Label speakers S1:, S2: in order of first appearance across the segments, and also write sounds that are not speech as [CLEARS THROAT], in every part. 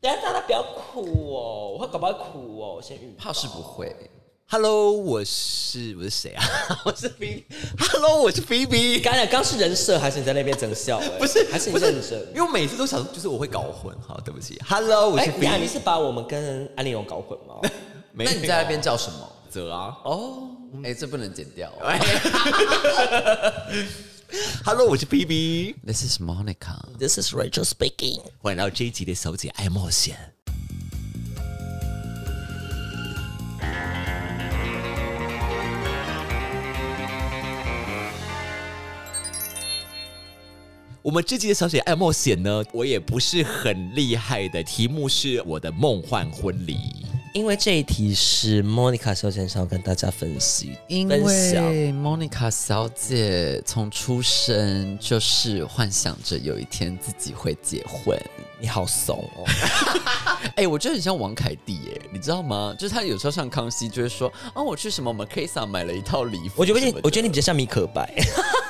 S1: 等一下大家不要哭哦，我会搞不好哭哦，我先预
S2: 怕是不会。
S3: Hello，我是我是谁啊？ [LAUGHS] 我是 B。Hello，我是 B B。
S1: 刚才刚是人设还是你在那边整 [LAUGHS] 笑、欸？
S3: 不是，
S1: 还是你
S3: 不
S1: 认真？
S3: 因为我每次都想，就是我会搞混。好，对不起。Hello，我
S1: 哎、
S3: 是
S1: 等一下你
S3: B。
S1: 是把我们跟安陵容搞混吗？
S3: 没
S2: 那你在那边叫什么？
S3: 泽啊？
S2: 哦，哎、这不能剪掉、
S1: 嗯
S2: 哦。
S3: Hello，我是 B B。
S2: This is Monica。
S1: This is Rachel speaking。
S3: 欢迎来到这一集的《小姐爱冒险我们这集的《小姐哎爱冒险》呢，我也不是很厉害的，题目是我的梦幻婚礼。
S1: 因为这一题是 Monica 小姐想要跟大家分析，
S2: 因
S1: 分享
S2: 为 Monica 小姐从出生就是幻想着有一天自己会结婚。
S1: 你好怂哦，
S2: 哎、我觉得很像王凯蒂耶，你知道吗？就是他有时候上康熙就会说：“哦，我去什么 m a k i s a 买了一套礼服。”
S1: [LAUGHS] 我觉得
S2: 什
S1: 你
S2: 么的，
S1: 我觉得你比较像米可白，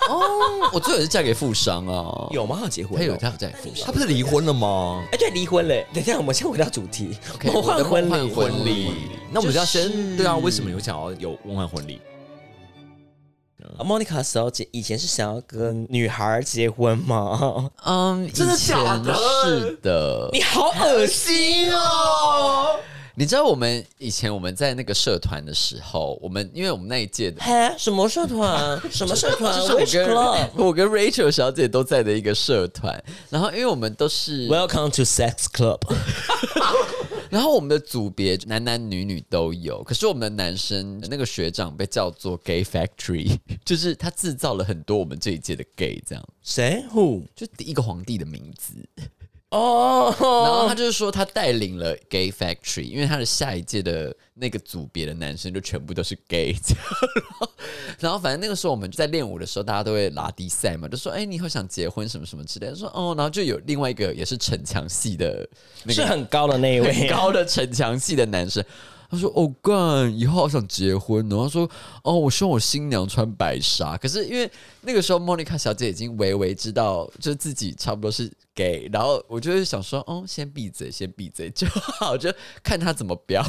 S2: 哦，我最后也是嫁给富商啊。
S1: [LAUGHS] 有吗？他有结婚哦？
S2: 他有他有嫁给富商
S3: 他。不是离婚了吗？
S1: 哎，对，离婚嘞。等一下，我们先回到主题，
S2: OK，
S1: 梦幻
S2: 我的
S1: 婚
S2: 梦
S1: 礼，
S2: 幻婚
S3: 礼
S2: 礼。
S3: 那我们就要先、
S1: 就是
S3: 对啊，为什么有想要有梦幻婚礼？
S1: 啊 Monica 小姐以前是想要跟女孩结婚吗？
S2: 嗯，真
S3: 的假的
S2: 是的。
S1: [LAUGHS] 你好恶心啊哦
S2: 你知道我们以前我们在那个社团的时候，我们因为我们那一届的。
S1: 嘿，什么社
S2: [LAUGHS]
S1: 团？什么社团
S2: 我
S1: ？Which
S2: 跟
S1: 呃 club？
S2: [LAUGHS] 我跟 Rachel 小姐都在的一个社团，然后因为我们都是，
S1: Welcome to Sex [LAUGHS] Club。
S2: 然后我们的组别男男女女都有，可是我们的男生那个学长被叫做 Gay Factory，就是 [LAUGHS] 他制造了很多我们这一届的 gay，这样
S1: 谁？Who？
S2: 就第一个皇帝的名字。然后
S1: 哦，
S2: 他就是说他带领了 Gay Factory，因为他的下一届的那个组别的男生就全部都是 gay 这样。 [LAUGHS] 然后然后反正那个时候我们在练舞的时候，大家都会拉低赛嘛，就说哎、你以后想结婚什么什么之类的，说哦，然后就有另外一个也是逞强系的那
S1: 是
S2: 个
S1: 很高的那一位
S2: 很。高的逞强系的男生。他说：“哦，干，以后好想结婚。”然后说：“哦，我希望我新娘穿白纱。”可是因为那个时候，莫妮卡小姐已经微微知道，就是自己差不多是 gay。然后我就是想说：“哦，先闭嘴，先闭嘴就好，就看她怎么表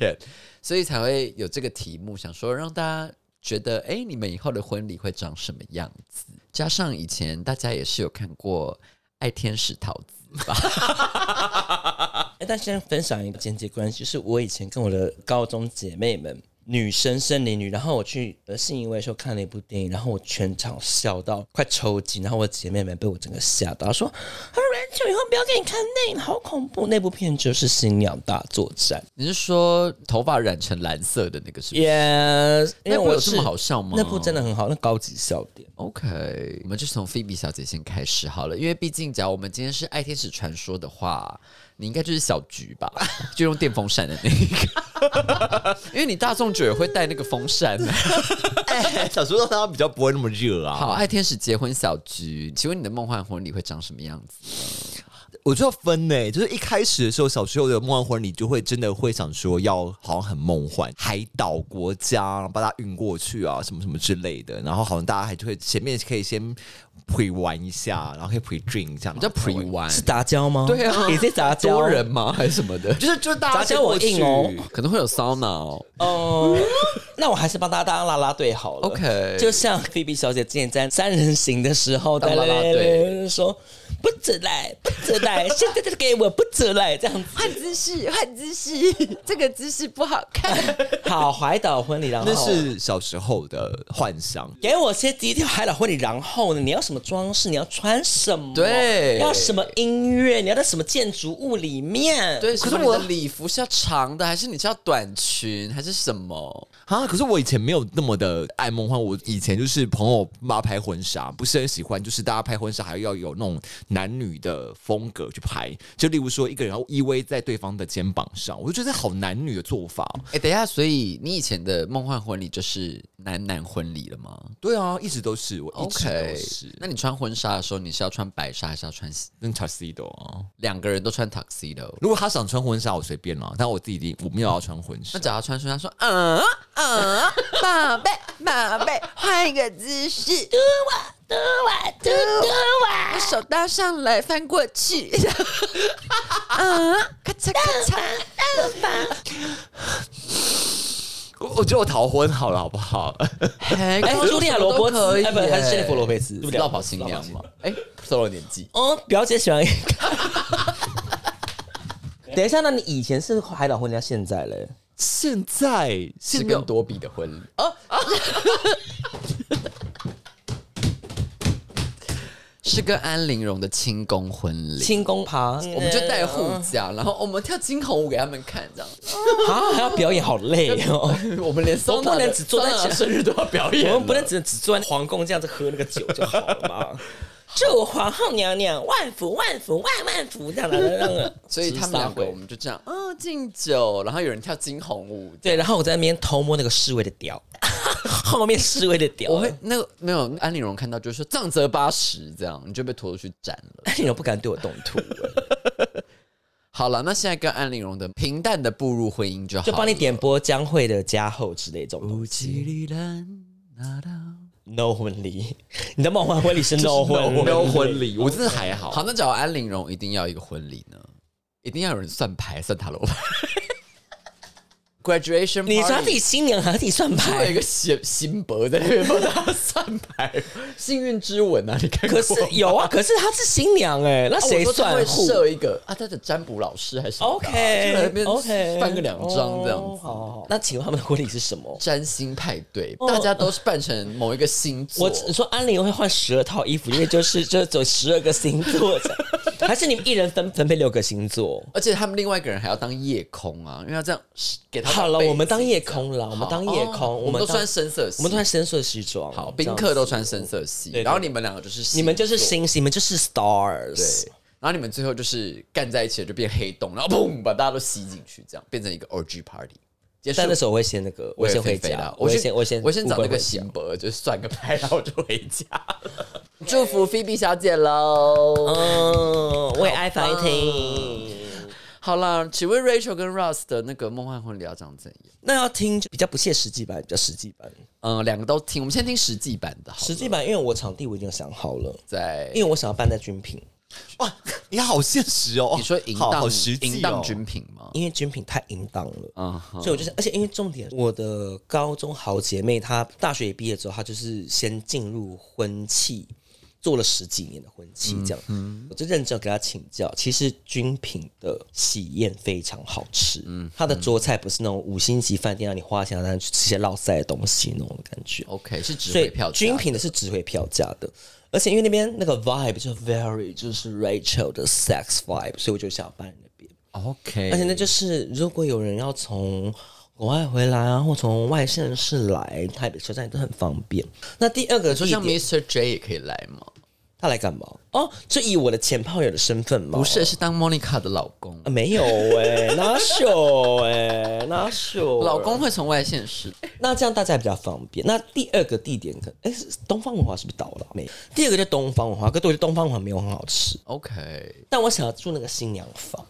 S2: 演。”所以才会有这个题目，想说让大家觉得，哎、你们以后的婚礼会长什么样子？加上以前大家也是有看过《爱天使桃子》吧？
S1: 哎，但先分享一个间接关系，就是我以前跟我的高中姐妹们，女生生理女，然后我去呃信义威秀看了一部电影，然后我全场笑到快抽筋，然后我姐妹们被我整个吓到，说啊，Rachel 以后不要给你看那影，好恐怖！那部片就是《新娘大作战
S2: 你是说头发染成蓝色的那个是》不是？
S1: ，Yes，因为
S2: 那部
S1: 我
S2: 有这
S1: 是
S2: 么好笑吗？
S1: 那部真的很好，那高级笑点。
S2: OK，我们就从菲比小姐先开始好了，因为毕竟假如我们今天是爱天使传说的话，你应该就是小菊吧， [LAUGHS] 就用电风扇的那一个， [LAUGHS] 因为你大众酒也会带那个风扇。
S3: 哎，小时候他比较不会那么热啊。
S2: 好，爱天使结婚小菊，请问你的梦幻婚礼会长什么样子？
S3: 我就要分呢、就是一开始的时候，小时候的梦幻婚礼就会真的会想说要好像很梦幻，海岛国家把它运过去啊，什么什么之类的。然后好像大家还就会前面可以先 pre 玩一下，然后可以 pre drink 这样。
S2: 比较 pre 玩
S1: 是杂交吗？
S2: 哎 [LAUGHS] 对啊
S1: 也是杂交
S2: 多人吗？还是什么 [LAUGHS] 的？
S3: 就是就是大家
S1: 杂交我硬哦
S3: 先过去
S2: 可能会有骚脑。
S1: 哦。那我还是帮大家当啦啦队好了。
S2: 嗯 OK
S1: 就像菲比小姐之前在三人行的时候，
S2: 当啦啦队
S1: 对，说不准来，不准来，现在就给我不准来，这样子。
S2: 换姿势，换姿势，这个姿势不好看。
S1: 好，怀岛婚礼，然后
S3: 那是小时候的幻想。
S1: 给我些低调海岛婚礼，然后呢？你要什么装饰？你要穿什么？
S2: 对
S1: 要什么音乐？你要在什么建筑物里面？
S2: 对，可
S3: 可是
S2: 是
S3: 我
S2: 我的礼服是要长的，还是你是要短裙，还是什么？
S3: 啊！可是我以前没有那么的爱梦幻，我以前就是朋友妈拍婚纱，不是很喜欢，就是大家拍婚纱还要有那种男女的风格去拍，就例如说一个人要依偎在对方的肩膀上，我就觉得好男女的做法哦。
S2: 哎、等一下，所以你以前的梦幻婚礼就是男男婚礼了吗
S3: 对啊，一直都是，我一直
S2: ？OK，
S3: 都是。
S2: 那你穿婚纱的时候，你是要穿白纱，还是要穿
S3: 那 tuxedo 啊，
S2: 两个人都穿 tuxedo？
S3: 如果他想穿婚纱，我随便啦，但我自己一定我没有要穿婚纱
S2: 那。只要穿出他说，嗯嗯，宝贝宝贝，换一个姿势，嘟啊嘟 [LAUGHS] 啊嘟嘟啊，手搭上来翻过去，咔嚓咔嚓，
S3: 我我觉得我逃婚好了，好不好？
S2: 哎
S1: 哎，茱莉亚·罗伯茨，哎，不，还是谢利弗·罗
S2: 伯
S1: 佩兹，
S2: 茨，道跑新娘嘛？哎，透露年纪，
S1: 哦，表姐喜欢。 [LAUGHS] 等一下，那你以前是海岛婚家，现在嘞？
S3: 现在
S2: 是
S3: 现在
S2: 跟多比的婚礼啊！ [LAUGHS] 是跟安陵容的清宫婚礼，
S1: 清宫趴，嗯
S2: 我们就带护甲，然后我们跳惊鸿舞给他们看，这样。 [LAUGHS]
S1: 啊，还要表演，好累 [LAUGHS] 哦。
S2: 我们连桑
S1: 我不能只坐在
S2: 桑拿的生日都要表演了，
S1: 我们不能只只坐在皇宫这样子喝那个酒就好了 [LAUGHS] 嘛？祝皇后娘娘万福万福万万福！这样的，这样 [LAUGHS] 的
S2: 所以他们两
S1: 十三
S2: 个
S1: 位
S2: 我们就这样，啊，敬酒，然后有人跳惊鸿舞，
S1: 对，然后我在那边偷摸那个侍卫的 [LAUGHS] 屌，后面侍卫的屌，
S2: 我会那个没有安陵容看到就说杖责八十，这样你就被拖出去斩了。
S1: 你都不敢对我动土，
S2: 好了，那现在跟安陵容的平淡的步入婚姻就
S1: [LAUGHS]
S2: 好，
S1: 就帮你。点播江蕙的《家后》之类这种东西。No 婚礼， [LAUGHS] 你的梦幻婚礼是 No 婚礼，
S3: no 婚礼，我真的还好。
S2: 好，那找安陵容一定要一个婚礼呢，一定要有人算牌算塔罗牌。Graduation，
S1: 你说
S2: party
S1: 他自己新娘还要自己算
S2: 就有一
S1: 牌，
S2: 个新新伯在那边帮他算牌，幸运之吻啊，你看过
S1: 可
S2: 吗？
S1: 是有啊，可是他是新娘
S2: [LAUGHS]
S1: 哎，那
S2: 啊
S1: 谁
S2: 我说他
S1: 算
S2: 会
S1: 户
S2: 设一个啊？他的占卜老师还是什么的啊
S1: OK，
S2: 就在那边
S1: OK，
S2: 翻个两张这样
S1: 哦
S2: 子。
S1: 好好好，那请问他们的婚礼是什么？
S2: 占星派对，大家都是扮成某一个星座
S1: 我。只说安陵容会换十二套
S2: [LAUGHS]
S1: 衣服，因为就是就是走十二个星座这样，还是你们一人分分配六个星座？
S2: 而且他们另外一个人还要当夜空啊，因为要这样给他
S1: 好了，
S2: 背景
S1: 我们当夜空了，我们当夜空，
S2: 哦我们都
S1: 当
S2: 穿深色系，
S1: 我们都穿深色西装，
S2: 好，
S1: 这
S2: 宾
S1: 样
S2: 客都穿深色系，
S1: 对对
S2: 然后你们两个就是星
S1: 你们就是
S2: 座
S1: 星星，你们就是 stars
S2: 对。，然后你们最后就是干在一起了，就变黑洞，然后砰把大家都吸进去，这样变成一个 orgy party。结束
S1: 但那时候我会先那个，我
S2: 我也
S1: 先回
S2: 飞飞
S1: 家
S2: 了，
S1: 我
S2: 去
S1: 先我先
S2: 我先找那
S1: Uber 回
S2: 个
S1: 家
S2: 醒伯，就算个牌，然后我就回家了祝福菲比小姐喽。
S1: 嗯，为爱 fighting。
S2: 好啦，请问 Rachel 跟 Russ 的那个梦幻婚礼要长怎样？
S1: 那要听就比较不切实际版，比较实际版。
S2: 嗯，两个都听，我们先听实际版的好了。
S1: 实际版，因为我场地我已经想好了，
S2: 在
S1: 因为我想要办在军品，
S3: 哇，你好现实哦！
S2: 你说淫
S3: 好
S2: 荡
S3: 好实际
S2: 淫
S3: 哦
S2: 荡。军品吗？
S1: 因为军品太淫荡了。
S2: 嗯，
S1: 所以我就是，而且因为重点，我的高中好姐妹她大学毕业之后，她就是先进入婚期，做了十几年的婚期
S2: 嗯
S1: 这样。我就认真给她请教，其实军品的喜宴非常好吃，嗯，她的桌菜不是那种五星级饭店让你花钱让她去吃些落塞的东西那种感觉，
S2: OK，是哦指
S1: 所
S2: 挥
S1: 以
S2: 票价
S1: 军品的是值回票价的。而且因为那边那个 vibe 就是 very 就是 Rachel 的 sex vibe，所以我就想搬那边。
S2: OK，
S1: 而且那就是如果有人要从国外回来啊，或从外县市来，台北车站都很方便。那第二个
S2: 说
S1: 地
S2: 像
S1: 点，
S2: Mr. J 也可以来吗？
S1: 他来干嘛？哦，就以我的前炮友的身份吗？
S2: 不是，是当 Monica 的老公
S1: 啊。没有哎、哪有哎、哪有？
S2: [LAUGHS] 老公，会从外县 [LAUGHS] 市，
S1: 那这样大家也比较方便。那第二个地点可，哎、是东方文化是不是倒了？啊没，第二个就东方文化，可是我觉得东方文化没有很好吃，
S2: OK，
S1: 但我想要住那个新娘房。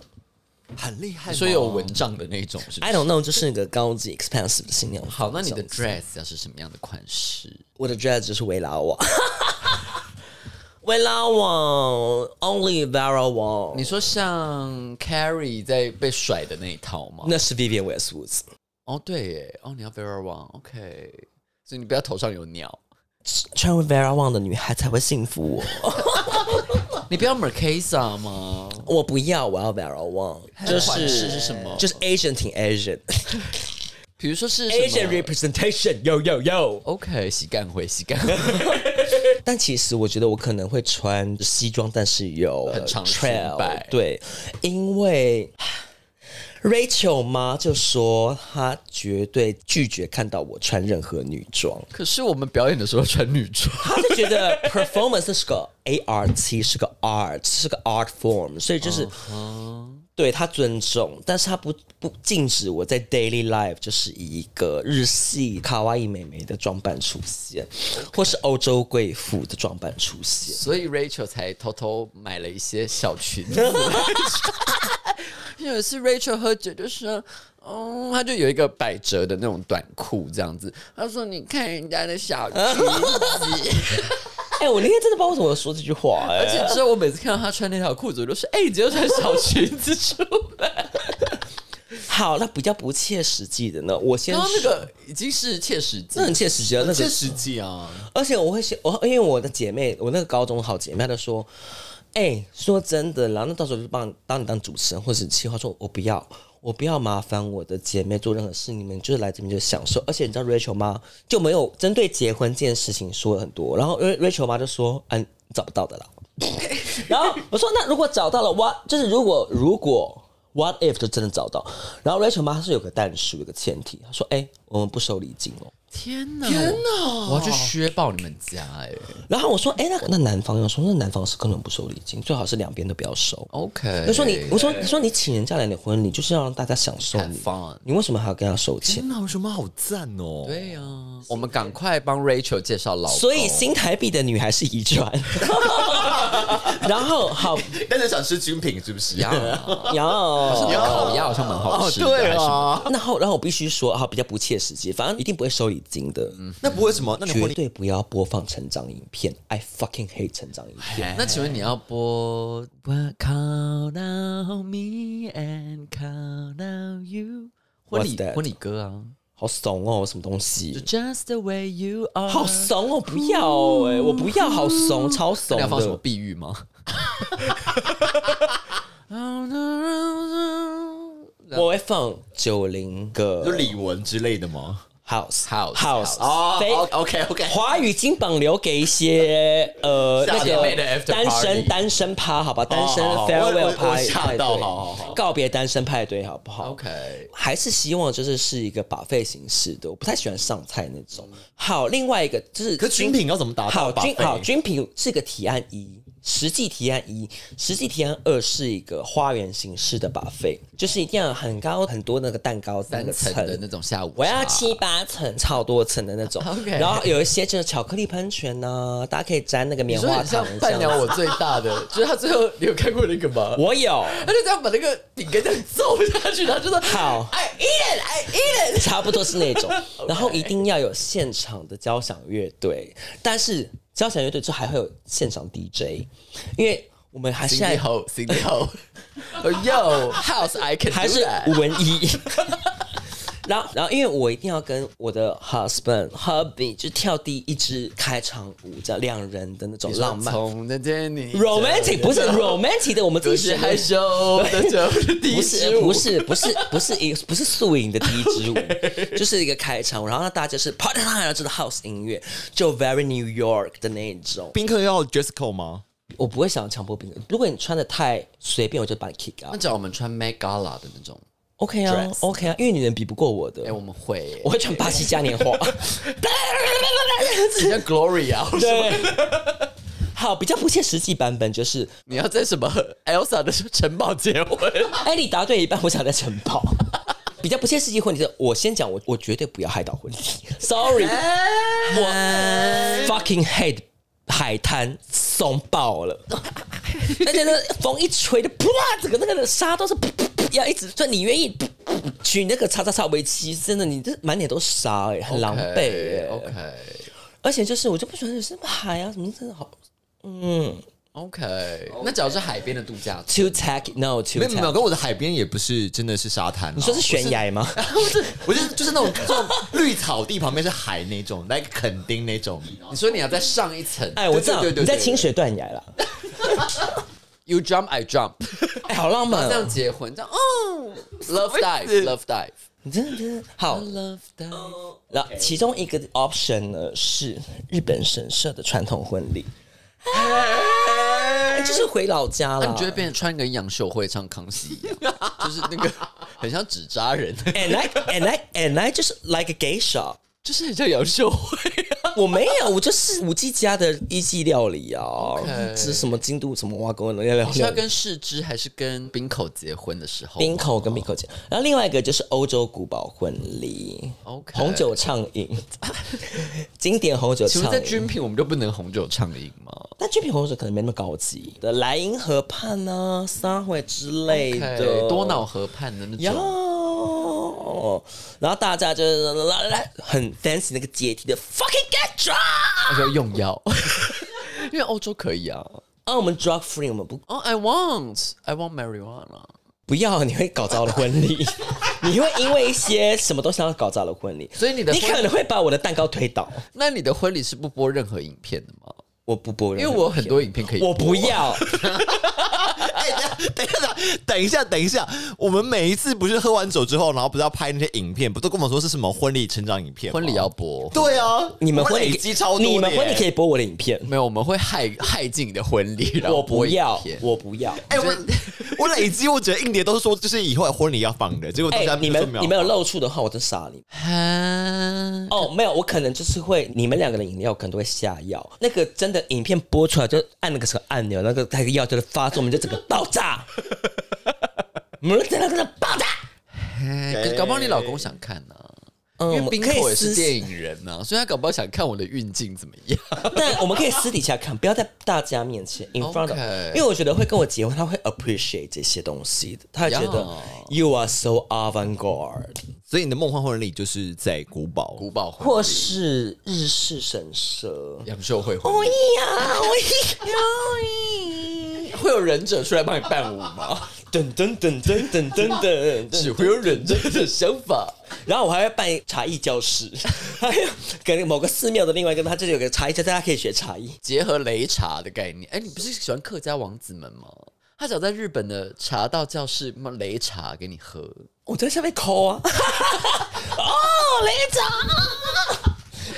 S3: 很厉害吗，
S2: 所以有蚊帐的那种是不
S1: I
S2: 是
S1: don't know，就是那个高级 expensive 的新娘房。
S2: 好，那你的
S1: 这样子
S2: dress 要是什么样的款式？
S1: 我的 dress 就是维拉网，维拉网，Only Vera 网
S2: 你，说像 Carrie 在被甩的那一套吗？
S1: 那是 Vivian Westwood。
S2: 哦，对耶，哦，你要 Vera Wang，OK，所以你不要头上有鸟，
S1: 穿 Vera 网的女孩才会幸福我，
S2: 你不要 Mercasa 吗？
S1: 我不要，我要 Vera 网，就
S2: 款
S1: 是
S2: 式是什么
S1: 就是 Asian 挺 Asian，Asian
S2: 比如说是什么
S1: representation，有有有。
S2: ？OK，洗干灰，洗干灰。 [LAUGHS]
S1: 但其实我觉得我可能会穿西装，但是有
S2: 很长的裙
S1: trail，
S2: 摆
S1: 对，因为 Rachel 妈就说她绝对拒绝看到我穿任何女装。
S2: 可是我们表演的时候穿女装，
S1: 他就觉得 performance 是个 A R T，是个 art，是个 art form，所以
S2: 嗯
S1: 就是、对他尊重，但是他不不禁止我在 daily life 就是以一个日系卡哇伊美眉的装扮出现，或是欧洲贵妇的装扮出现。
S2: 所以 Rachel 才偷偷买了一些小裙 [LAUGHS] 子。有一次 Rachel 喝酒就说，嗯，她就有一个百褶的那 [LAUGHS] 种短裤这样子，她说你看人家的小裙子，
S1: 哎、哎、我那天真的不知道为什么说这句话、哎
S2: 而且之后我每次看到她穿那条裤子，我都说：“哎、你今天穿小裙子出门。
S1: 好，那比较不切实际的呢，
S2: [LAUGHS]
S1: 我”先
S2: 然后那
S1: 说
S2: 个已经是切实际
S1: 那，很切实际啊，那个
S3: 实际啊，
S1: 而且我会先，我因为我的姐妹，我那个高中好姐妹，她就说：“哎、说真的啦，那到时候就帮当你当主持人或者企划，说我不要，我不要麻烦我的姐妹做任何事，你们就是来这边就享受。而且你知道 Rachel 妈就没有针对结婚这件事情说了很多，然后 Ra- Rachel 妈就说：嗯、啊，你找不到的啦。 [LAUGHS] 然后我说：那如果找到了，what 就是如果如果 what if 就真的找到，然后 Rachel 妈是有个但是有个前提，她说：哎、我们不收礼金哦。”
S2: 天哪，天哪，我要去削爆你们家哎、
S1: 然后我说，哎、那那男方又说，那男方是根本不收礼金，最好是两边都不要收。
S2: OK，
S1: 我说你，我说你说你请人家来你的婚礼，就是要让大家享受
S2: Have
S1: 你
S2: fun，
S1: 你为什么还要跟他收钱？
S3: 天哪，为什么好赞哦？
S2: 对呀、我们赶快帮 Rachel 介绍老公。
S1: 所以新台币的女孩是遗
S3: [LAUGHS]
S1: 传。然后好，
S3: 但是想吃军品是不是？
S2: 呀，
S1: 然后
S2: 烤鸭好像蛮好吃的，
S3: 对
S2: 还是什么
S3: 啊，
S1: 然后然后我必须说，好比较不切实际，反正一定不会收礼金的。
S3: 嗯那不会什么？那你
S1: 绝
S3: 婚礼
S1: 对不要播放成长影片，I fucking hate 成长影
S3: 哎
S1: 片。
S2: 那请问你要播 What count on me and count on you 婚
S1: What's
S2: 礼
S1: that？
S2: 婚礼歌啊，
S1: 好怂哦，什么东
S2: 就
S1: 西？
S2: Just the way you are。
S1: 好怂哦，不要哎、我不要，好怂，超怂
S2: 你要放什么
S1: 的。
S2: 碧
S1: [LAUGHS]
S2: 玉吗？
S1: 我会放九零个
S3: 就李玟之类的吗？
S1: House
S2: House，
S1: House
S3: 哦
S1: 非
S3: ，OK OK，
S1: 华语金榜留给一些呃
S3: 下
S1: 那
S3: 姐妹
S2: 的
S1: 个
S2: after
S1: 单
S2: party
S1: 身单身趴，好吧，单身
S3: 好好好哦我
S1: farewell
S3: 我
S1: 派
S3: 吓
S1: 派
S3: 到
S1: 对
S3: 好好好，
S1: 告别单身派对，好不好
S2: OK，
S1: 还是希望就是是一个把费形式的，我不太喜欢上菜那种。好，另外一个就是
S3: 可军品要怎么达到
S1: 好军
S3: buffet？
S1: 好军品是个提案一，实际提案一，实际提案二是一个花园形式的把费，就是一定要很高很多那个蛋糕那
S2: 三
S1: 个
S2: 层
S1: 层
S2: 的那种下午茶，
S1: 我要七八层，超多层的那种。
S2: [LAUGHS] OK
S1: 然后有一些就是巧克力喷泉呢、大家可以沾那个
S2: 你
S1: 棉
S2: 说
S1: 花
S2: 很
S1: 糖
S2: 像伴
S1: 这
S2: 娘，
S1: 样
S2: 我最大的 [LAUGHS] 就是他最后，你有看过那个吗？
S1: 我
S2: [LAUGHS]
S1: 有，
S2: 他就这样把那个饼干这样揍下去，然后就说
S1: 好
S2: ，I eat it, I eat it。
S1: 差不多是那
S2: [LAUGHS]
S1: 种。然后一定要有现场的交响乐队，但是交响乐队就还会有现场 DJ，因为我们还是啊在
S2: Cindy Ho, Cindy [LAUGHS] Ho, Yo House, 呃 I can
S1: 还
S2: do
S1: 是
S2: that.
S1: 文艺。 [LAUGHS] 然后，然后，因为我一定要跟我的 husband hubby 就跳第一支开场舞，这样两人的那种浪漫
S2: 从那天你
S1: romantic，不是 romantic 的，我们自
S2: 有
S1: 己
S2: 些
S1: 选
S2: 害
S1: 的
S2: 羞的就不是第一
S1: 不
S2: 支
S1: 是
S2: 舞
S1: 不是不是不是一不是素影的第一支 [LAUGHS] 舞，就是一个开场，然后大家就是啪嗒嗒，然后就是 house 音乐，就 very New York 的那一种。
S3: 宾客要 dress code 吗？
S1: 我不会想强迫别人，如果你穿的太随便，我就把你 kick
S2: 那
S1: out。
S2: 只要我们穿 Met Gala 的那种，
S1: OK 啊
S2: Dress
S1: ，OK 啊，因为你人比不过我的
S2: 哎、，我们会、欸，
S1: 我会穿巴西嘉年华。
S2: 像 Glory 啊，
S1: 对，好，比较不切实际版本就是，
S2: 你要在什么 Elsa 的城堡结婚？
S1: 哎，你答对一半，我想在城堡。 [LAUGHS] 比较不切实际婚礼是，我先讲，我我绝对不要海岛婚礼，sorry。我 fucking hate 海滩，松爆了，而且那风一吹的，噗啦，整个那个沙都是噗噗噗，要一直说你愿意噗噗噗娶那个叉叉叉为妻，真的你这满脸都沙哎、很狼狈哎、
S2: OK
S1: 而且就是我就不喜欢什么海啊什么，真的好
S2: OK，, 那只要是海边的度假村，
S1: too tacky no too
S3: 没有没有，
S1: tacky。
S3: 跟我的海边也不是真的是沙滩啊。
S1: 你说是悬崖吗？
S3: 我就是就是那种这种绿草地旁边是海那种，like 垦丁那种。 [LAUGHS]
S2: 你说你要在上一层
S1: 哎，我知道
S3: 对对对
S1: 你
S3: 对
S1: 在清水断崖了，
S2: ，You jump, I jump，
S1: 哎， [LAUGHS] 好浪漫
S2: 这样
S1: 哦！
S2: 结婚，这样哦，Love dive, Love dive，Love
S1: [LAUGHS] 你真的真的好，
S2: dive，
S1: 然后其中一个 option 呢是日本神社的传统婚礼，哎就是回老家
S2: 那
S1: 了
S2: 你就。会变成穿跟杨秀慧唱康熙一样， [LAUGHS] 就是那个很像纸扎人， [LAUGHS]
S1: And I and I and I 就是 like a geisha，
S2: 就是很像杨秀 [LAUGHS] 慧啊。
S1: 我没有，我就是五 G 家的一季料理 [LAUGHS] 啊，这是什么京都什么挖沟的料
S2: 你是要
S1: 理，
S2: 跟世之还是跟冰口结婚的时候？
S1: 冰口跟冰口姐，然后另外一个就是欧洲古堡婚礼
S2: OK
S1: 红酒畅
S2: [LAUGHS]
S1: 饮，经典红酒
S2: 请
S1: 畅
S2: 问在
S1: 饮。
S2: 军品我们就不能红酒畅饮吗？
S1: 但军品红酒可能没那么高级的，莱茵河畔呢、啊、沙会之类的，
S2: 对，多瑙河畔的那
S1: 呀。
S2: 种。
S1: 然后大家就是来来来，很 fancy 那个阶梯的 fucking get drunk，
S2: 要用药， [LAUGHS] 因为欧洲可以啊。
S1: 啊，我们 drug free，我们不
S2: 哦、i want I want marijuana。
S1: 不要，你会搞砸了婚
S2: [LAUGHS]
S1: 礼，你会因为一些什么东西然后搞砸了婚礼，
S2: 所以你的
S1: 你
S2: 婚
S1: 可能会把我的蛋糕推倒。
S2: 那你的婚礼是不播任何影片的吗？
S1: 我不播，
S2: 因为我有很多影片可以播，
S1: 我不要，
S3: 哎，等一下，等一下，等一下，我们每一次不是喝完酒之后，然后不是要拍那些影片，不都跟我们说是什么婚礼成长影片？
S2: 婚礼要。 [LAUGHS] 播。
S3: 对啊，
S1: 你们
S3: 我
S1: 婚
S3: 累
S1: 礼
S3: 积超多的耶，
S1: 你们婚礼可以播我的影片，
S2: 没有，我们会害害进你的婚礼，然后
S1: 我不
S2: 播影
S1: 要
S2: 片，
S1: 我不要。
S3: 哎、我我累积，我整个硬碟都是说，就是以后婚礼要放的，结果大
S1: 哎、
S3: 家
S1: 你们你们有露出的话，我就杀你。
S2: 哈
S1: 哦，没有，我可能就是会，你们两个的饮料我可能都会下药。那个真的影片播出来就按那个什么按钮，那个那个药就会发作，我们就整个爆
S2: [LAUGHS]
S1: 炸，我们在那个爆炸。
S2: 哎可是搞不好你老公想看呢、
S1: 嗯
S2: 因为冰
S1: 我们
S2: 口
S1: 可
S2: 也
S1: 以
S2: 是
S1: 私
S2: 电影人呐、所以他搞不好想看我的运镜怎么 [LAUGHS] 样。
S1: [LAUGHS] 但我们可以私底下看，不要在大家面前 in front of，、
S2: OK
S1: 因为我觉得会跟我结婚，他会 appreciate 这些东西的，他会觉得
S2: Yeah
S1: you are so avant garde，
S3: 所以你的梦幻婚礼就是在古堡。
S2: 古堡婚
S1: 或是日式神社。
S2: 杨秀慧婚礼
S1: 呀，我
S2: 会有忍者出来帮你伴舞吗？
S1: 哦噔噔噔噔噔噔噔
S2: 只
S1: 噔，
S2: 会有忍者的想法。
S1: 然后我还会办茶艺教室，还有给某个寺庙的另外一个，他这里有个茶艺教室，大家可以学茶艺。
S2: 结合擂茶的概念。哎，你不是喜欢客家王子们吗？他只要在日本的茶道教室，妈擂茶给你喝。
S1: 我在下面抠啊！哦，雷长，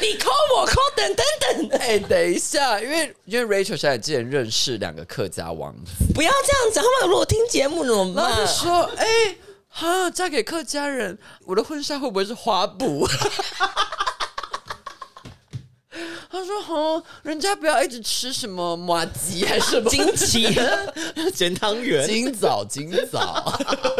S1: 你抠我抠，等等等，
S2: 哎，等一下，因为因为 Rachel 小姐之前认识两个客家王子，
S1: 不要这样子，他们如果听节目怎么
S2: 然
S1: 办
S2: 后就？说，哎，哈，嫁给客家人，我的婚纱会不会是花布？ [LAUGHS] 他说：“哦，人家不要一直吃什么麻吉还是什么
S1: 惊奇，
S3: [LAUGHS] 咸汤
S2: [LAUGHS]
S3: 圆
S2: 今早今早，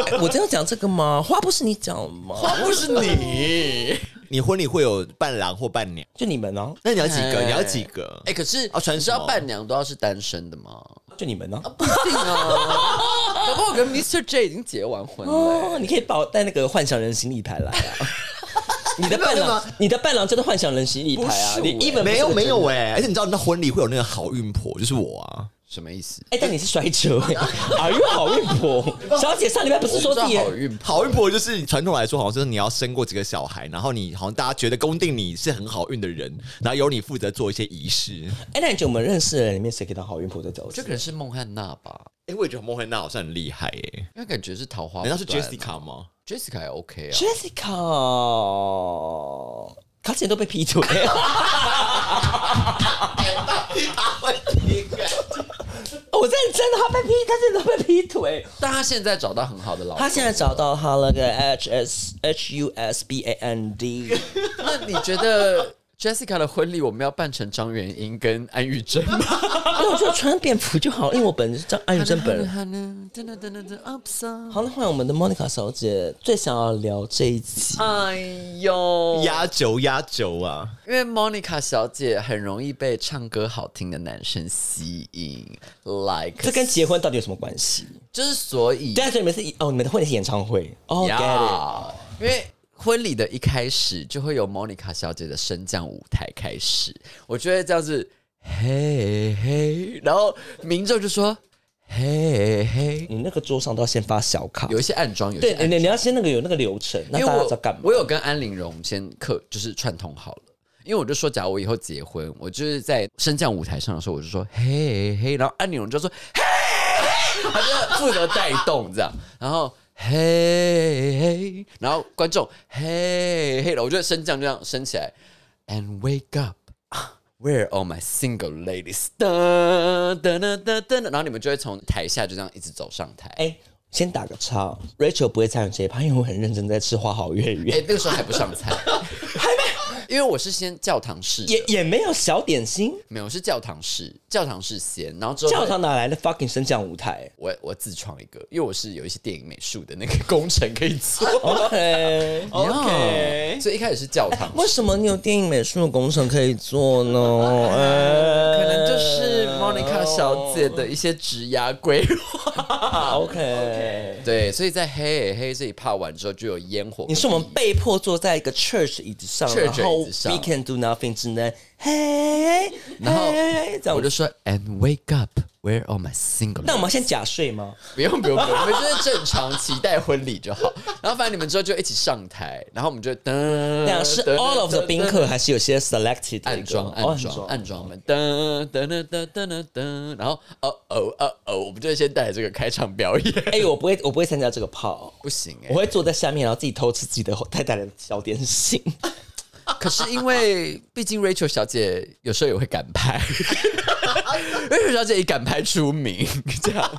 S1: 哎我真的讲这个吗？话不是你讲的吗？
S3: [LAUGHS]
S2: 花布是你。
S3: 你婚礼会有伴郎或伴娘，
S1: 就你们啊呢？
S3: 那你要几个？
S2: 哎
S3: 你要几个？
S2: 哎，可是
S3: 啊传
S2: 你知
S3: 什
S2: 道
S3: 么
S2: 伴娘都要是单身的吗？
S1: 就你们呢？
S2: 定啊， [LAUGHS] 搞不好我跟 Mr. J 已经结完婚了、
S1: 哦，你可以把我带那个幻想人行李牌来啊！
S2: [LAUGHS]
S1: 你的伴郎，你的伴郎真的幻想人行李牌啊！
S2: 不是
S1: 你一本
S3: 没有没有哎、而且你知道，那婚礼会有那个好运婆，就是我啊。
S2: 什么意思？
S1: 哎、但你是摔车哎、啊，因为好运
S2: [LAUGHS]
S1: 婆小姐上礼拜不是
S2: 我不
S1: 说
S2: 知道
S1: 自己
S2: 好运
S3: 好运婆就是传统来说，好像就是你要生过几个小孩，然后你好像大家觉得公定你是很好运的人，然后由你负责做一些仪式。
S1: 哎、那你觉得我们认识的人里面谁可以当好运婆在走？
S2: 这可能是孟汉娜吧，
S3: 哎、我也觉得孟慧娜好像很厉害欸耶、
S2: 因为感觉是桃花不
S3: 难
S2: 断
S3: 道
S2: 啊。
S3: 哦是 Jessica 吗？
S2: Jessica 也 OK 啊。
S1: Jessica，她之前都被劈
S2: [LAUGHS]
S1: 腿，哦我认真的，她被劈，她之前都被劈腿。
S2: 但她现在找到很好的老公，
S1: 她现在找到她那个 H S H U S B A N D，
S2: [LAUGHS] 那你觉得 Jessica 的婚礼我们要办成张元英跟安玉珍吗？
S1: 那哎我就穿便服就好，因为我本人是张安宇真本人。
S2: 噔噔噔噔噔 up song
S1: 好，那换我们的 Monica 小姐最想要聊这一集，
S2: 哎呦，
S3: [LAUGHS] 压轴压轴啊！
S2: 因为 Monica 小姐很容易被唱歌好听的男生吸引，like
S1: 这跟结婚到底有什么关系？
S2: 就是所以
S1: 对啊，所以你们是哦，你们的婚礼是演唱会哦、
S2: 呀
S1: g e
S2: 因为婚礼的一开始就会有 Monica 小姐的升降舞台开始，我觉得这样子，嘿嘿，然后民众就说，嘿
S1: t，
S2: 嘿
S1: 你那个桌上都要先发小卡，
S2: 有一些暗装，有一些
S1: 对，
S2: 暗
S1: 你你要先那个有那个流程，那
S2: 因为
S1: 大家知道
S2: 我
S1: 干嘛？
S2: 我有跟安陵容先客就是串通好了。因为我就说，假如我以后结婚，我就是在升降舞台上的时候，我就说嘿嘿，然后安陵容就说嘿嘿，他就负责带动这样，然后嘿嘿，然后观众嘿嘿，然后我就升降这样升起来，and wake up。Where are my single ladies？哒哒哒哒哒，然后你们就会从台下就这样一直走上台。
S1: 哎、先打个叉，Rachel 不会参与这一趴，因为我很认真在吃花好月
S2: 哎、
S1: 圆，
S2: 那个时候还不上
S1: [LAUGHS]
S2: 菜，因为我是先教堂式的，
S1: 也也没有小点心，
S2: 没有是教堂式，教堂式先，然后之后
S1: 教堂哪来的 fucking 升降舞台
S2: 我我自创一个，因为我是有一些电影美术的那个工程可
S1: [LAUGHS]
S2: 以做。 [LAUGHS]
S1: ？OK，
S2: 哦 OK，所以一 [LAUGHS] 开始是教堂式，
S1: 为什么你有电影美术的工程可以做呢？哎
S2: [LAUGHS] 呃可能就是 Monica 小姐的一些职涯规
S1: [LAUGHS]
S2: 划。
S1: 好啊 OK。
S2: 对，所以在黑黑这一趴完之后，就有烟火。
S1: 你是我们被迫坐在一个 church 椅子上，
S2: church
S1: 然后 do
S2: 椅子上
S1: we can do nothing，只能嘿，
S2: 然后
S1: 嘿这样
S2: 我就说 And wake up, where are my single？
S1: 那我们要先假睡吗？
S2: [LAUGHS] 不用不用不用，我们就是正常期待婚礼就好。然后反正你们之后就一起上台，然后我们就噔，呃
S1: 那样是 all of the 宾客，还是有些 selected 的一
S2: 暗
S1: 个
S2: 装
S1: 哦
S2: 暗装暗装们噔噔噔噔噔噔噔，然后哦哦哦哦，我们就会先带着这个开场表演，
S1: 哎、我不会，我不会参加这个炮，
S2: [LAUGHS] 不行哎、
S1: 我会坐在下面，然后自己偷吃自己的太太的小点心。
S2: 可是因为毕竟 Rachel 小姐有时候也会赶
S1: [LAUGHS]
S2: 拍 [LAUGHS] ，Rachel 小姐以赶拍出名，
S1: [LAUGHS]
S2: 这样，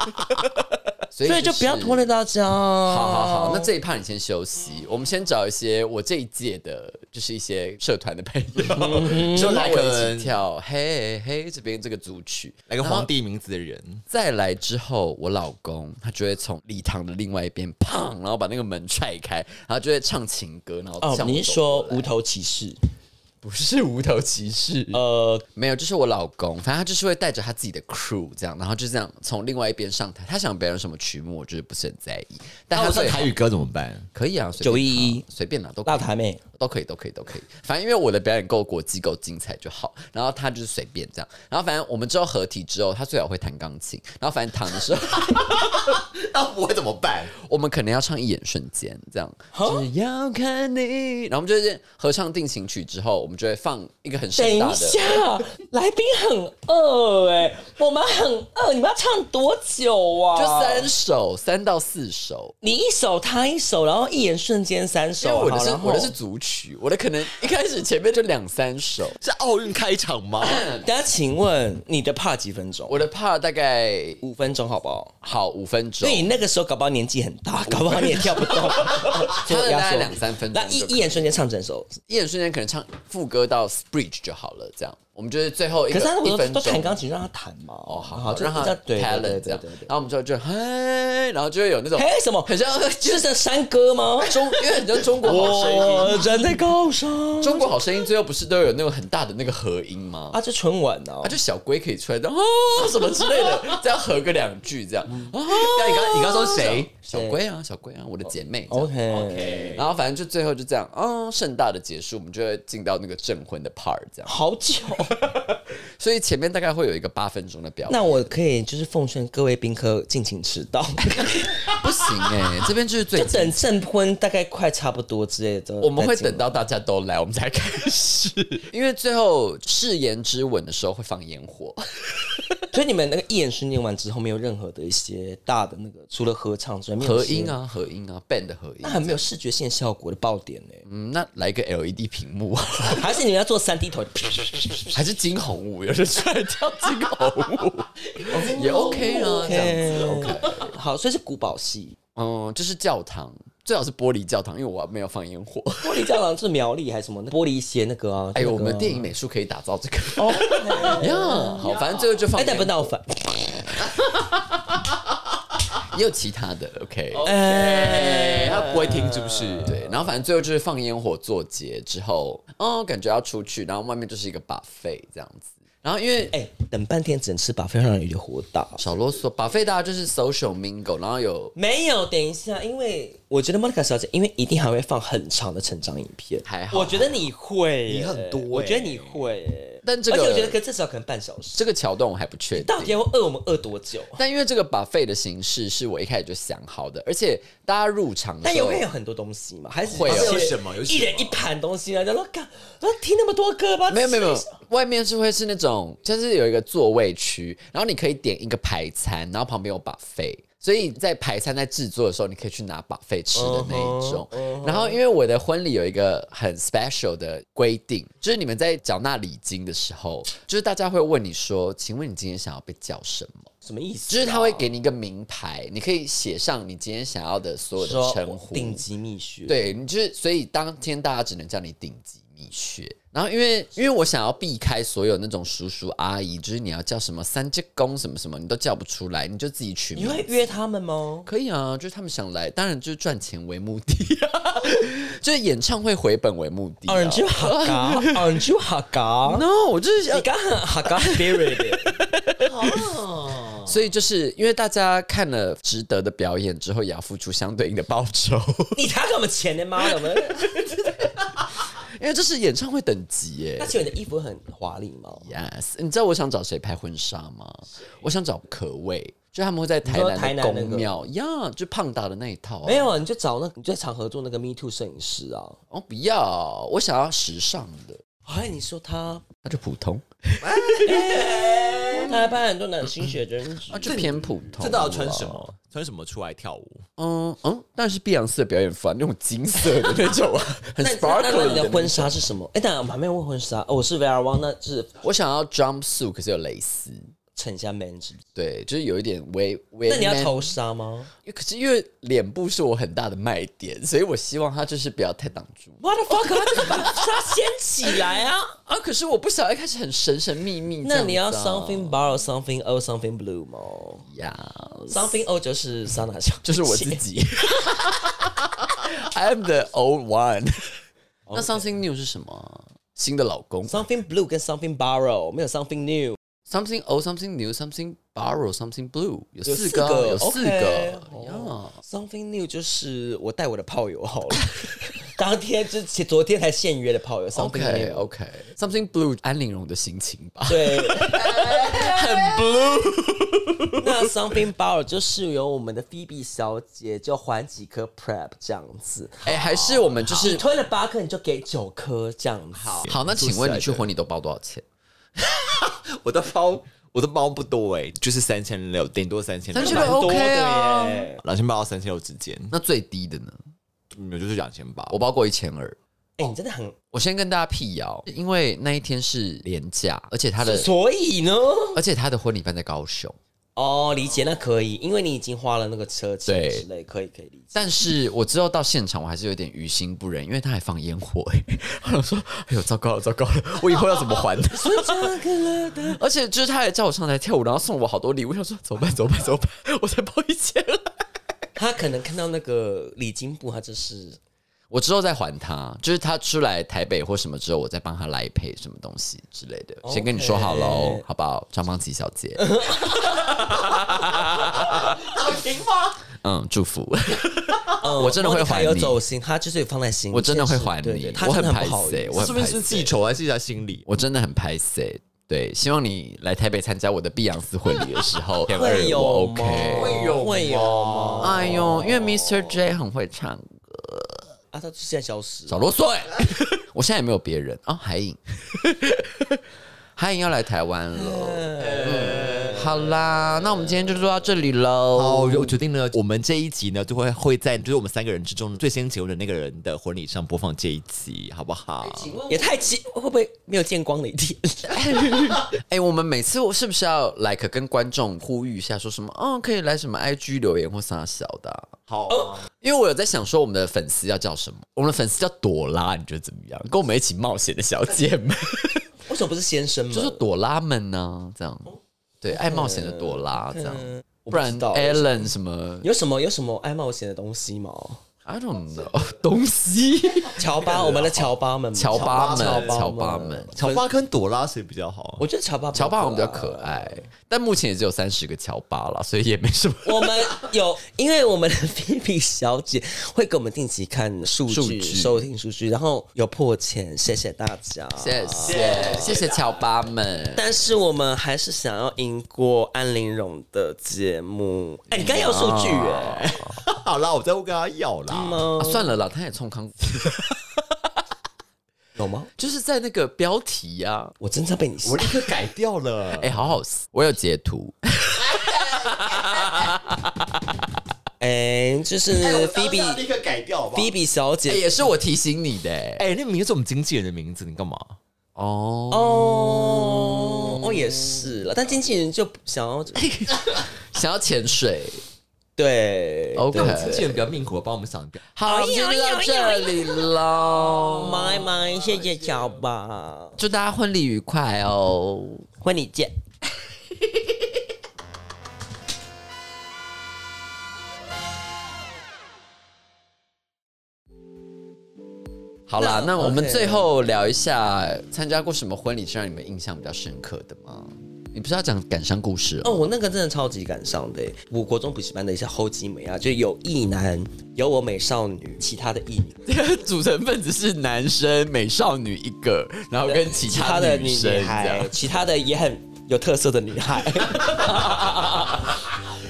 S2: 所以
S1: 所以就不要拖累。大家。
S2: 好
S1: 好
S2: 好好，那这一趴你先休息，我们先找一些我这一届的，就是一些社团的朋友，就来我
S3: 可
S2: 一
S3: 能
S2: 起跳，嘿嘿，这边这个组曲，
S3: 来个皇帝名字的人，
S2: 再来之后，我老公他就会从礼堂的另外一边，砰，然后把那个门踹开，然后就会唱情歌，然后
S1: 哦，
S2: 向我
S1: 你是
S2: 走
S1: 说
S2: 过来
S1: 无头骑士？
S2: 不是无头骑士？
S1: 呃，
S2: 没有，就是我老公，反正他就是会带着他自己的 crew 这样，然后就这样从另外一边上台。他想表演什么曲目，我就是不是很在意。但他
S3: 那
S2: 最
S3: 台语歌怎么办？
S2: 可以啊，随便
S1: 911
S2: 唱随便拿都可以
S1: 大台妹，
S2: 都可以，都可以，都可以。反正因为我的表演够国际、够精彩就好。然后他就是随便这样。然后反正我们之后合体之后，他最好会弹钢琴。然后反正躺的时候， [LAUGHS]
S3: [LAUGHS] 那我怎么办？
S2: 我们可能要唱一眼瞬间这样。只要看你，然后我们就是合唱定情曲之后，我们就会放一个很
S1: 等
S2: 盛
S1: 一
S2: 大的。
S1: 下，来宾很饿哎、我们很饿，你们要唱多久啊？
S2: 就三首，三到四首，
S1: 你一首他一首，然后一眼瞬间三
S2: 因为
S1: 首，
S2: 我的
S1: 好
S2: 是
S1: 然后
S2: 我的是组曲，我的可能一开始前面就两三首，
S3: 是奥运开场吗？
S1: 等一下，请问你的 part 几分钟？
S2: 我的 part 大概
S1: 五分钟好不好？
S2: 好五分
S1: 所
S2: 钟
S1: 以，你那个时候搞不好年纪很 [LAUGHS] 大，搞不好你也跳不动，
S2: 差
S1: 所以
S2: 了
S1: 我要
S2: 大概
S1: 说
S2: 两三分钟
S1: 那一
S2: 就可以
S1: 一眼瞬间唱整首，
S2: 一眼瞬间可能唱副歌到 bridge 就好了，这样我们就是最后一
S1: 可
S2: 个
S1: 是他
S2: 一
S1: 都
S2: 分
S1: 都弹
S2: 钟。
S1: 钢琴，让他弹嘛。哦，
S2: 好好，
S1: 就
S2: 让他
S1: 这样对
S2: talent
S1: 对
S2: 这
S1: 对
S2: 样
S1: 对，对。
S2: 然后我们之后就嘿，然后就会有那种
S1: 嘿，什么？
S2: [LAUGHS] 很像
S1: 就是这山歌
S2: [LAUGHS]
S1: 吗？
S2: 中，因为很像中国好声
S1: 哦
S2: 音，
S1: 站在高山
S2: 中国好声音最后不是都有那种很大的那个合音吗？
S1: 啊，这春晚呢
S2: 啊，？就小龟可以出来的哦，什么之类的， [LAUGHS] 这样合个两句这样。
S1: 嗯
S2: 哦，
S3: 那你刚你刚说谁？
S2: 小龟啊，小龟啊，我的姐妹。这
S1: 哦
S2: 样
S1: OK
S3: OK
S2: 然后反正就最后就这样，嗯，盛大的结束，我们就会进到那个证婚的 part 这样。
S1: 好久，
S2: 所以前面大概会有一个八分钟的表演。
S1: 那我可以就是奉劝各位宾客尽情迟
S2: [LAUGHS]
S1: 到，
S2: 不行
S1: [LAUGHS]
S2: 哎、这边就是最
S1: 就等证婚大概快差不多之类的。
S2: 我们会等到大家都来，我们才开始。因为最后誓言之吻的时候会放烟火，
S1: 所以你们那个一眼瞬间完之后，没有任何的一些大的那个，除了合唱之外，没有
S2: 合
S1: 一些
S2: 音，啊，合音啊，band 的合音
S1: 那。很没有视觉线效果的爆点呢、
S2: 嗯，那来个 LED 屏幕，啊
S1: 还是你们要做三 D 头？
S2: 还是惊鸿舞？有人出来跳惊
S1: [LAUGHS]
S2: 鸿舞也 OK 啊，
S1: 哦
S2: 这样子 OK。
S1: 好，所以是古堡戏。
S2: 嗯，就是教堂，最好是玻璃教堂，因为我没有放烟火。
S1: 玻璃教堂是苗栗还是什么？那玻璃鞋那个啊？
S2: 哎呦，我
S1: 哦那个啊
S2: 们电影美术可以打造这个。哦， [LAUGHS] 呀，好，反正最后就放
S1: 哎，
S2: 烟
S1: 但
S2: 火
S1: 不。闹翻。
S2: 也有其他的，OK。
S3: [LAUGHS]
S1: 哦
S3: 哎，他不会听是不是？对，
S2: 对，然后反正最后就是放烟火做结之后，哦，感觉要出去，然后外面就是一个 buffet 这样子。然后因为
S1: 哎，等半天只能吃饱，非常让人有点火大。
S2: 少啰嗦，buffet 大家就是 social mingle，然后有
S1: 没有，等一下，因为我觉得 Monica 小姐，因为一定还会放很长的成长影片，
S2: 还好
S1: 我觉得你会耶，
S3: 你很多耶
S1: 我觉得你会耶，
S2: 但这个
S1: 而且我觉得可至少可能半小时，
S2: 这个桥段我还不确
S1: 到底
S2: 定。
S1: 要饿我们饿多久？
S2: 但因为这个 buffet 的形式是我一开始就想好的，而且大家入场的
S1: 但
S2: 时
S1: 也
S2: 候
S1: 会，有很多东西嘛，还是
S2: 会有啊
S1: 还是
S3: 有什么有什么
S1: 一人一盘东西啊？然后干，然后听那么多歌吧？
S2: [LAUGHS] 没有没有没有
S1: 吃一下，
S2: 外面是会是那种就是有一个座位区，然后你可以点一个排餐，然后旁边有 buffet。所以在排餐在制作的时候，你可以去拿 buffet 吃的那一种。然后，因为我的婚礼有一个很 special 的规定，就是你们在缴纳礼金的时候，就是大家会问你说：“请问你今天想要被叫什么？”
S1: 什么意思啊？
S2: 就是他会给你一个名牌，你可以写上你今天想要的所有的
S1: 说
S2: 称呼。
S1: 顶级蜜雪，，
S2: [LAUGHS] 对，你就是所以当天大家只能叫你顶级蜜雪。然后因为因为我想要避开所有那种叔叔阿姨，就是你要叫什么三阶公什么什么，你都叫不出来，你就自己取
S1: 你
S2: 名。
S1: 会约他们
S2: [LAUGHS]
S1: 吗？
S2: 可以啊，就是他们想来，当然就是赚钱为目的、啊， [LAUGHS] 就是演唱会回本为目的、啊。
S1: Orange 哈嘎，Orange
S2: [LAUGHS]
S1: 哈嘎，
S2: no，我就是要
S1: 你刚很哈嘎 spirit，
S2: [LAUGHS] 哦所以就是因为大家看了值得的表演之
S1: [LAUGHS]
S2: 后，也要付出相对应的报酬。 [LAUGHS]
S1: 你才给我们钱的妈的，我们
S2: 因为这是演唱会等级耶
S1: 那。请问你的衣服很华丽吗？
S2: Yes，你知道我想找谁拍婚纱吗？我想找可畏，就他们会在台
S1: 你说台
S2: 南
S1: 南
S2: 的
S1: 那个
S2: 宫庙呀就胖达的那一套、啊
S1: 没。有啊，你就找那你就在场合做那个 Me Too 摄影师啊。
S2: 哦，不要，我想要时尚的，
S1: 哎，你说他，
S2: 那就普通，
S1: 他还拍很多男新血真子
S2: 啊那就偏普通。
S3: 这到底穿什？么？穿什么出来跳舞？
S2: 嗯嗯，但是碧昂斯的表演服、啊，那种金色的那种啊，
S1: [LAUGHS]
S2: 很
S1: 那那那
S2: sparkle
S1: 你的婚
S2: 纱，
S1: 纱是什么？哎，等下我们还没有问婚纱，哦，我是 VR One，那是
S2: 我想要 jumpsuit，可是有蕾丝，
S1: 衬一下 man 是不是？
S2: 对，就是有一点微微。
S1: 那你要头纱吗
S2: 因为可是因为脸部是我很大的卖点，所以我希望它就是不要太挡住我
S1: ？What the fuck？他就是把纱掀起来
S2: [LAUGHS]
S1: 啊！
S2: 啊。可是我不想一开始很神神秘秘这样子啊、
S1: 那你要 something borrow something old something blue 吗
S2: 呀
S1: ？something old 就是桑拿小姐，
S2: 就是我自己。I'm the old one 。 [LAUGHS] 那 something new 是什么啊？新的老
S1: [LAUGHS]
S2: 公
S1: something blue 跟 something borrow 没有 something new。
S2: ，something old, something new, something borrow, something blue，有
S1: 有
S2: 四个啊，有四
S1: OK，
S2: 个
S1: Oh 哦
S2: 呀。
S1: Something new 就是我带我的炮友好了， [LAUGHS] 当天之前昨天才现约的炮友。Something
S2: OK
S1: new，
S2: OK something blue，安陵容的心情
S1: [LAUGHS]
S2: 吧。 [LAUGHS]
S1: 对，很 blue。那 Something Bar 就是由我们的 Phoebe 小姐就还几颗 Prep 这样子，
S2: 哎，还是我们就
S1: 你
S2: 是
S1: 推了八颗你就给九颗这样子。好
S2: 好。那请问你去
S3: 出赛的
S2: 婚礼都包多少钱？
S3: [LAUGHS] 我的包，我的包不多哎、就是三千六，顶多三千六，
S2: 3600 OK 啊
S1: 蛮多的耶
S3: 两千八到三千六之间，
S2: 那最低的呢？
S3: 没有就是两千八。
S2: 我包过一千二。
S1: 哎、你真的很，
S2: 我先跟大家辟谣，因为那一天是连假，而且他的
S1: 所以呢，
S2: 而且他的婚礼办在高雄。
S1: 哦，理解，那可以，因为你已经花了那个车钱
S2: 对
S1: 之类，可以可以理解。
S2: [LAUGHS] 但是我知道到现场我还是有点于心不忍，因为他还放烟火、欸， [LAUGHS] 我想说，哎呦，糟糕了，糟糕了，我以后要怎么还？ [LAUGHS] 而且就是他还叫我上台跳舞，然后送我好多礼物，我想说怎么办？怎么办？怎么办？ [LAUGHS] 我才包一千二，
S1: 他可能看到那个礼金布，他就是
S2: 我之后再还他，就是他出来台北或什么之后，我再帮他来配什么东西之类的。先跟你说好喽，好不好？张邦琪小姐，
S1: 好听话。
S2: 嗯，祝福。 [LAUGHS]
S1: 嗯
S2: 哦我真的会还你
S1: Monica 有走心，他就是有放在心里。
S2: 我真的会
S1: 确实
S2: 还
S1: 对
S2: 你
S1: 对他
S2: 我
S1: 真
S2: 很
S1: 的
S2: 排
S1: 不好意
S2: 斥
S1: 思
S2: 我很
S3: 是不是
S2: 排斥
S3: 是记仇还是记在心里？
S2: 我真的很拍 C。对，希望你来台北参加我的碧昂斯婚礼的时候，
S1: [LAUGHS] 会有
S2: 欸我
S1: 吗
S2: OK。
S1: 会有会有吗？
S2: [LAUGHS] 哎呦，因为 Mr. J 很会唱歌，
S1: 啊，他就现在消失了。
S2: 少啰嗦、欸。 [LAUGHS] 我现在也没有别人哦，海颖， [LAUGHS] 海颖要来台湾了。嗯好啦，那我们今天就做到这里
S3: 好，
S2: 喽。
S3: 哦我决定呢，我们这一集呢，就会会在就是我们三个人之中最先结婚的那个人的婚礼上播放这一集，好不好？
S1: 也太奇，会不会没有见光的一天？ [LAUGHS]
S2: 哎、我们每次我是不是要 like 跟观众呼吁一下，说什么？嗯，可以来什么 IG 留言或啥小的啊、
S3: 好，
S2: 因为我有在想说，我们的粉丝要叫什么？我们的粉丝叫朵拉，你觉得怎么样？跟我们一起冒险的小姐们，
S1: [LAUGHS] 为什么不是先生们？
S2: 就是朵拉们呢、这样对，爱冒险的朵拉这样，
S1: 嗯我
S2: 不然
S1: 知道
S2: Alan 什么
S1: 有什么有什么爱冒险的东西吗？
S2: I don't know [LAUGHS] 东西，
S1: 乔
S2: [LAUGHS]
S1: 巴，我们的乔巴们，
S2: 啊乔巴们，乔
S1: 乔
S2: 巴们，，
S3: 乔巴跟朵拉谁比较好？
S1: 我觉得乔巴，
S2: 乔巴我们比较可。爱，但目前也只有三十个乔巴啦， [LAUGHS] 所以也没什么。
S1: 我们有， [LAUGHS] 因为我们的 P P 小姐会给我们定期看数
S2: 数
S1: 据、
S2: 据
S1: 收听数据，然后有破千，谢谢大家，
S2: 谢谢谢谢乔巴们，
S1: 但是我们还是想要赢过安陵容的节目。哎、你刚要数据哎、
S3: 好啦，我再跟他要啦。
S2: 啊算了啦，他也冲康，
S1: 有吗？
S2: [LAUGHS] 就是在那个标题呀、啊。
S1: 我真的被你吓
S3: 我立刻改掉了。
S2: 哎、好好，我有截图。
S1: 哎、就是
S3: 菲比
S1: Phoebe
S3: 刻改掉好不好
S1: Phoebe 小
S2: 欸
S1: 姐
S2: [LAUGHS] 也是我提醒你的、欸。
S3: 哎、那个名字是我们经纪人的名字，你干嘛？
S2: [LAUGHS] 哦、
S1: 哦，哦也是了，但经纪人就想要
S2: 想要潜水
S1: 对
S2: ，OK，
S3: 经纪人比较命苦，帮我们想一遍。
S2: 好，今天就到这里喽，
S1: 拜拜，谢谢乔吧，
S2: 祝大家婚礼愉快哦。
S1: 婚礼见。
S2: 好啦，
S1: 那
S2: 那我们
S1: OK
S2: 最后聊一下参加过什么婚礼是让你们印象比较深刻的吗？你不是要讲感伤故事哦？
S1: 哦，我那个真的超级感伤的耶。欸我国中补习班的一些后继美啊，就有异男，有我美少女，其他的异女，
S2: 哦 [LAUGHS] 组成分子是男生、美少女一个，然后跟其
S1: 其
S2: 他
S1: 他的
S2: 女
S1: 女
S2: 生
S1: 女
S2: 这样
S1: 孩，。 [LAUGHS] 其他的也很有特色的女孩。 [LAUGHS]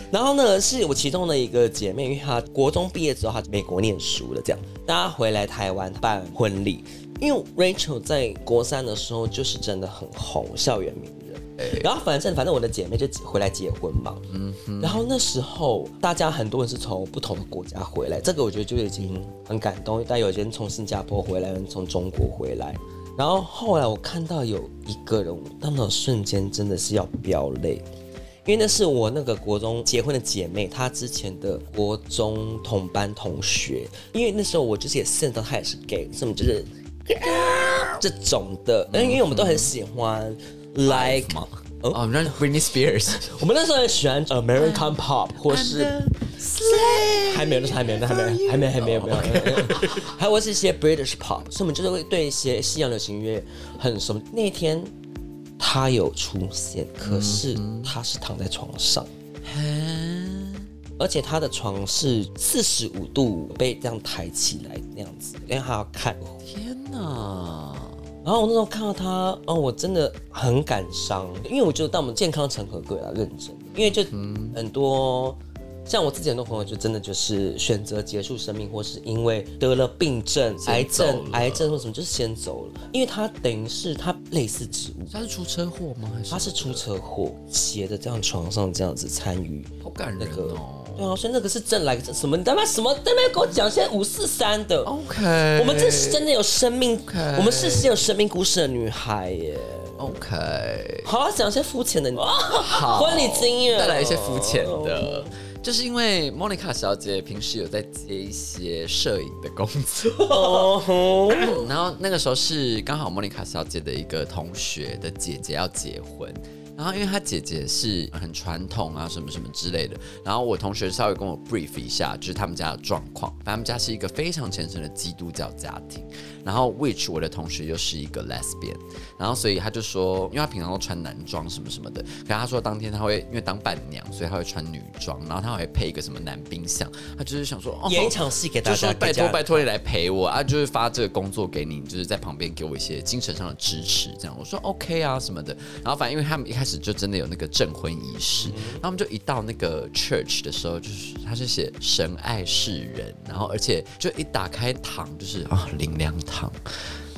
S1: 然后呢，是我其中的一个姐妹，因为她国中毕业之后，她去美国念书了，这样，但她回来台湾办婚礼。因为 Rachel 在国三的时候就是真的很红，校园名
S2: 哎
S1: 人。然后反正反正我的姐妹就回来结婚嘛，
S2: 嗯
S1: 然后那时候大家很多人是从不同的国家回来，这个我觉得就已经很感动。但有些人从新加坡回来，有人从中国回来。然后后来我看到有一个人，我当时瞬间真的是要飙泪。因为那是我那个国中结婚的姐妹，她之前的国中同班同学。因为那时候我就是也见到她也是 gay，什么就是这种的，因为我们都很喜欢 like 哦
S2: 哦，让 Britney Spears
S1: 我们那时候也喜欢 American Pop 或是
S2: 啊
S1: 还没有，那是还没有，那还没有，还没有，还没有，还没有， [LAUGHS] 还有是一些 British Pop，所以我们就是会对一些西洋流行乐很熟。那天他有出现，可是他是躺在床上。而且他的床是四十五度被这样抬起来那样子，因为他要看我。
S2: [LAUGHS] 天哪！
S1: 然后我那时候看到他，哦，我真的很感伤，因为我觉得当我们健康成何贵啊，认真，因为就
S2: 嗯
S1: 很多。像我自己很多朋友就真的就是选择结束生命，或是因为得了病症、癌症、癌症或什么，就是先走了。因为他等于是他类似植物，
S2: 他是出车祸吗？还是
S1: 他是出车祸，斜的这样床上这样子参与
S2: 好感
S1: 那
S2: 人
S1: 个，
S2: 哦。
S1: 对啊，所以那个是正来个什么？你他妈什么？他妈给我讲现在五四三的
S2: OK，
S1: 我们这是真的有生命
S2: 哦 OK
S1: 我们是是有生命故事的女孩耶。
S2: OK，
S1: 好啊，讲一些肤浅的，
S2: 好
S1: 婚礼哦经验
S2: 带来一些肤浅的。就是因为 Monica 小姐平时有在接一些摄影的工作，
S1: 哦吼，
S2: [CLEARS THROAT] 然后那个时候是刚好莫妮卡小姐的一个同学的姐姐要结婚，然后因为她姐姐是很传统啊，什么什么之类的，然后我同学稍微跟我 brief 一下，就是他们家的状况。反正他们家是一个非常虔诚的基督教家庭，然后 which 我的同学又是一个 lesbian，然后所以他就说，因为他平常都穿男装什么什么的，可是他说当天他会因为当伴娘，所以他会穿女装，然后他还会配一个什么男宾相，他就是想说，哦，
S1: 演一场戏给大
S2: 就
S1: 家，
S2: 说拜
S1: 给大
S2: 托
S1: 家
S2: 拜托你来陪我啊，就是发这个工作给你，就是在旁边给我一些精神上的支持，这样我说 OK 啊什么的。然后反正因为他们一开始就真的有那个证婚仪式，然后我们就一到那个 church 的时候，就是他是写神爱世人，然后而且就一打开堂就是啊灵粮堂，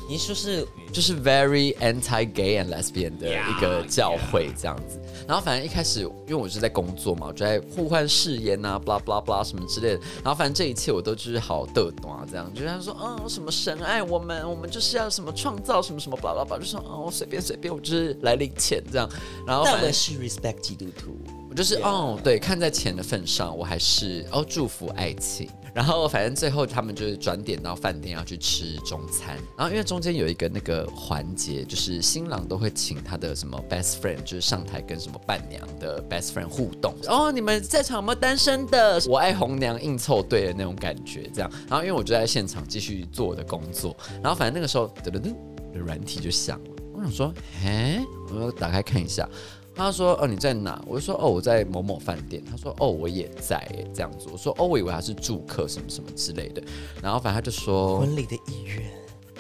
S1: 你说是
S2: 就是 very anti gay and lesbian 的一个教会这样子。然后反正一开始，因为我是在工作嘛，我就在互换誓言啊，blah blah blah 什么之类的。然后反正这一切我都就是好得懂啊，这样就是他说，嗯，什么神爱我们，我们就是要什么创造什么什么 blah blah blah，就说，哦，我随便随便，我就是来领钱这样。然后
S1: 但
S2: 反
S1: 我
S2: 正
S1: 们是 respect 基督徒，
S2: 我就是哦，对，看在钱的份上，我还是哦祝福爱情。然后反正最后他们就是转点到饭店要去吃中餐，然后因为中间有一个那个环节，就是新郎都会请他的什么 best friend，就是上台跟什么伴娘的 best friend 互动。哦，你们在场有没有单身的？我爱红娘硬凑对的那种感觉，这样。然后因为我就在现场继续做我的工作，然后反正那个时候噔噔噔，我的软体就响了。我想说，哎，我要打开看一下。他说：“哦，你在哪？”我就说：“哦，我在某某饭店。”他说：“哦，我也在。”这样子，我说：“哦，我以为他是住客什么什么之类的。”然后反正他就说
S1: 婚礼的一员。：“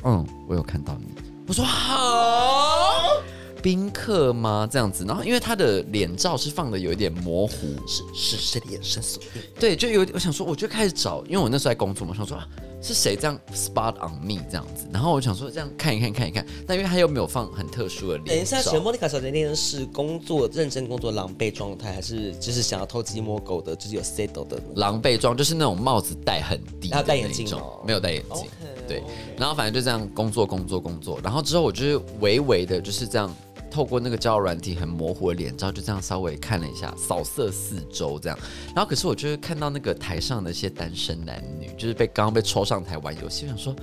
S2: 嗯，我有看到你。”我说：“好，宾客吗？”这样子。然后因为他的脸照是放的有一点模糊，
S1: 是是谁的眼神锁定？
S2: 对，就有我想说，我就开始找，因为我那时候在工作嘛，我想说、啊、是谁这样 spot on me 这样子。然后我想说这样看一看看一看，但因为他又没有放很特殊的脸，
S1: 等一下，选莫妮卡小姐那天是工作认真工作狼狈状态，还是就是想要偷鸡摸狗的，就是有 settle 的呢？
S2: 狼狈装，就是那种帽子戴很低的
S1: 要戴
S2: 那
S1: 眼镜
S2: 种
S1: 哦
S2: 没有戴眼镜
S1: OK，。
S2: 对
S1: OK，
S2: 然后反正就这样工作工作工作，然后之后我就是微微的，就是这样透过那个交友软体很模糊的脸照，就这样稍微看了一下，扫射四周这样。然后可是我就是看到那个台上的一些单身男女，就是被刚刚被抽上台玩游戏，我想说，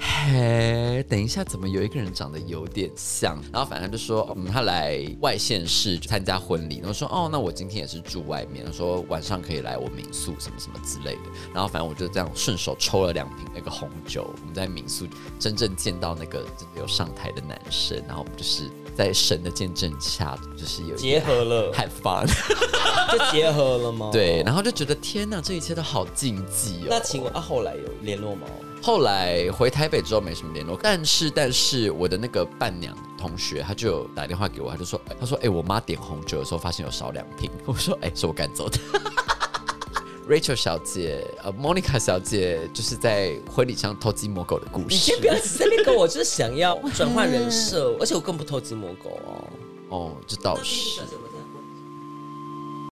S2: 嘿，哎等一下，怎么有一个人长得有点像？然后反正就说，嗯，他来外县市参加婚礼，然后说，哦，那我今天也是住外面，说晚上可以来我民宿什么什么之类的。然后反正我就这样顺手抽了两瓶那个红酒，我们在民宿真正见到那个真的有上台的男生，然后我们就是在神的见证下，就是有一
S1: 结合 [LAUGHS] 了，
S2: had fun，
S1: 就结合了 [LAUGHS] 吗？
S2: 对，。然后就觉得天哪，这一切都好禁忌
S1: [LAUGHS]
S2: 哦。
S1: 那请问啊，后来有联络吗？
S2: 后来回台北之后没什么联络，但是但是我的那个伴娘同学，她就有打电话给我，她就说，她说，哎、我妈点红酒的时候发现有少两瓶，我说，哎、是我赶走的。Rachel [LAUGHS] 小姐，呃，Monica 小姐，就是在婚礼上偷鸡摸狗的故
S1: 你
S2: 事
S1: 先不要在那个，我嗯就是想要转换人设，而且我更不偷鸡摸狗哦。
S2: 哦，这倒是。
S4: 我